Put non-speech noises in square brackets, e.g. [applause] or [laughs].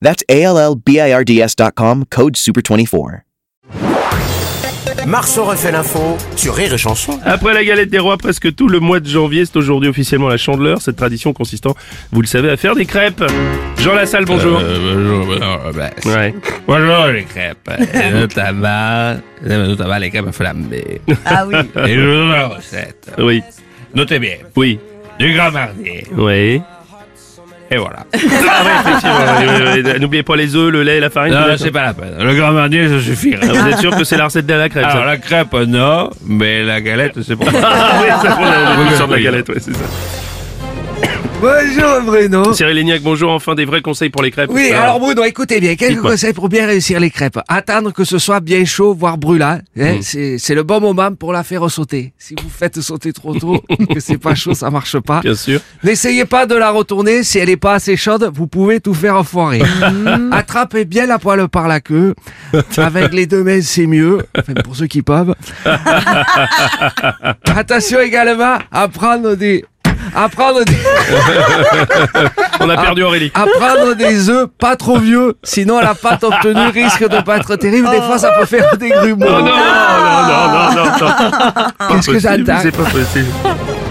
That's A-L-L-B-I-R-D-S.com, code SUPER24. Marceau refait l'info sur Rire et Chanson. Après la galette des rois, presque tout le mois de janvier, c'est aujourd'hui officiellement la chandeleur, cette tradition consistant, vous le savez, à faire des crêpes. Jean Lassalle, bonjour. Euh, bonjour, bonjour, ben, Ouais. bonjour [laughs] les crêpes. Et notamment, notamment les crêpes flambées. Ah oui. Et je vous donne la recette. Oui. Notez bien, Oui. du grand marnier. Oui. Et voilà. Ah ouais, effectivement, oui, oui, oui. N'oubliez pas les œufs, le lait, la farine. tout Non, ça. Ah, c'est pas la peine. Le grand marnier, ça suffira. Ah, vous êtes sûr que c'est la recette de la crêpe Alors, ça la crêpe, non, mais la galette, c'est [laughs] pour moi. Ah oui, ça pour la, Oui, sur de la oui. galette, ouais, c'est ça. Bonjour Bruno. Cyril Lignac, bonjour. Enfin, des vrais conseils pour les crêpes. Oui, Ah. alors Bruno, écoutez bien, quelques Dites-moi. conseils pour bien réussir les crêpes. Attendre que ce soit bien chaud, voire brûlant. hein, Hmm. c'est, c'est le bon moment pour la faire sauter. Si vous faites sauter [laughs] trop tôt, que c'est pas chaud, ça marche pas. Bien sûr. N'essayez pas de la retourner, si elle est pas assez chaude, vous pouvez tout faire enfoirer. Hmm. [laughs] Attrapez bien la poêle par la queue. Avec les deux mains, c'est mieux. Enfin, pour ceux [laughs] qui peuvent. Attention également à prendre des... À prendre des... On a Ah. perdu Aurélie. à prendre des œufs pas trop vieux, sinon la pâte obtenue risque de pas être terrible. Des fois, ça peut faire des grumeaux. Oh non, non, non, non, non, non. Qu'est-ce Ah. que Possible, j'attaque C'est pas possible.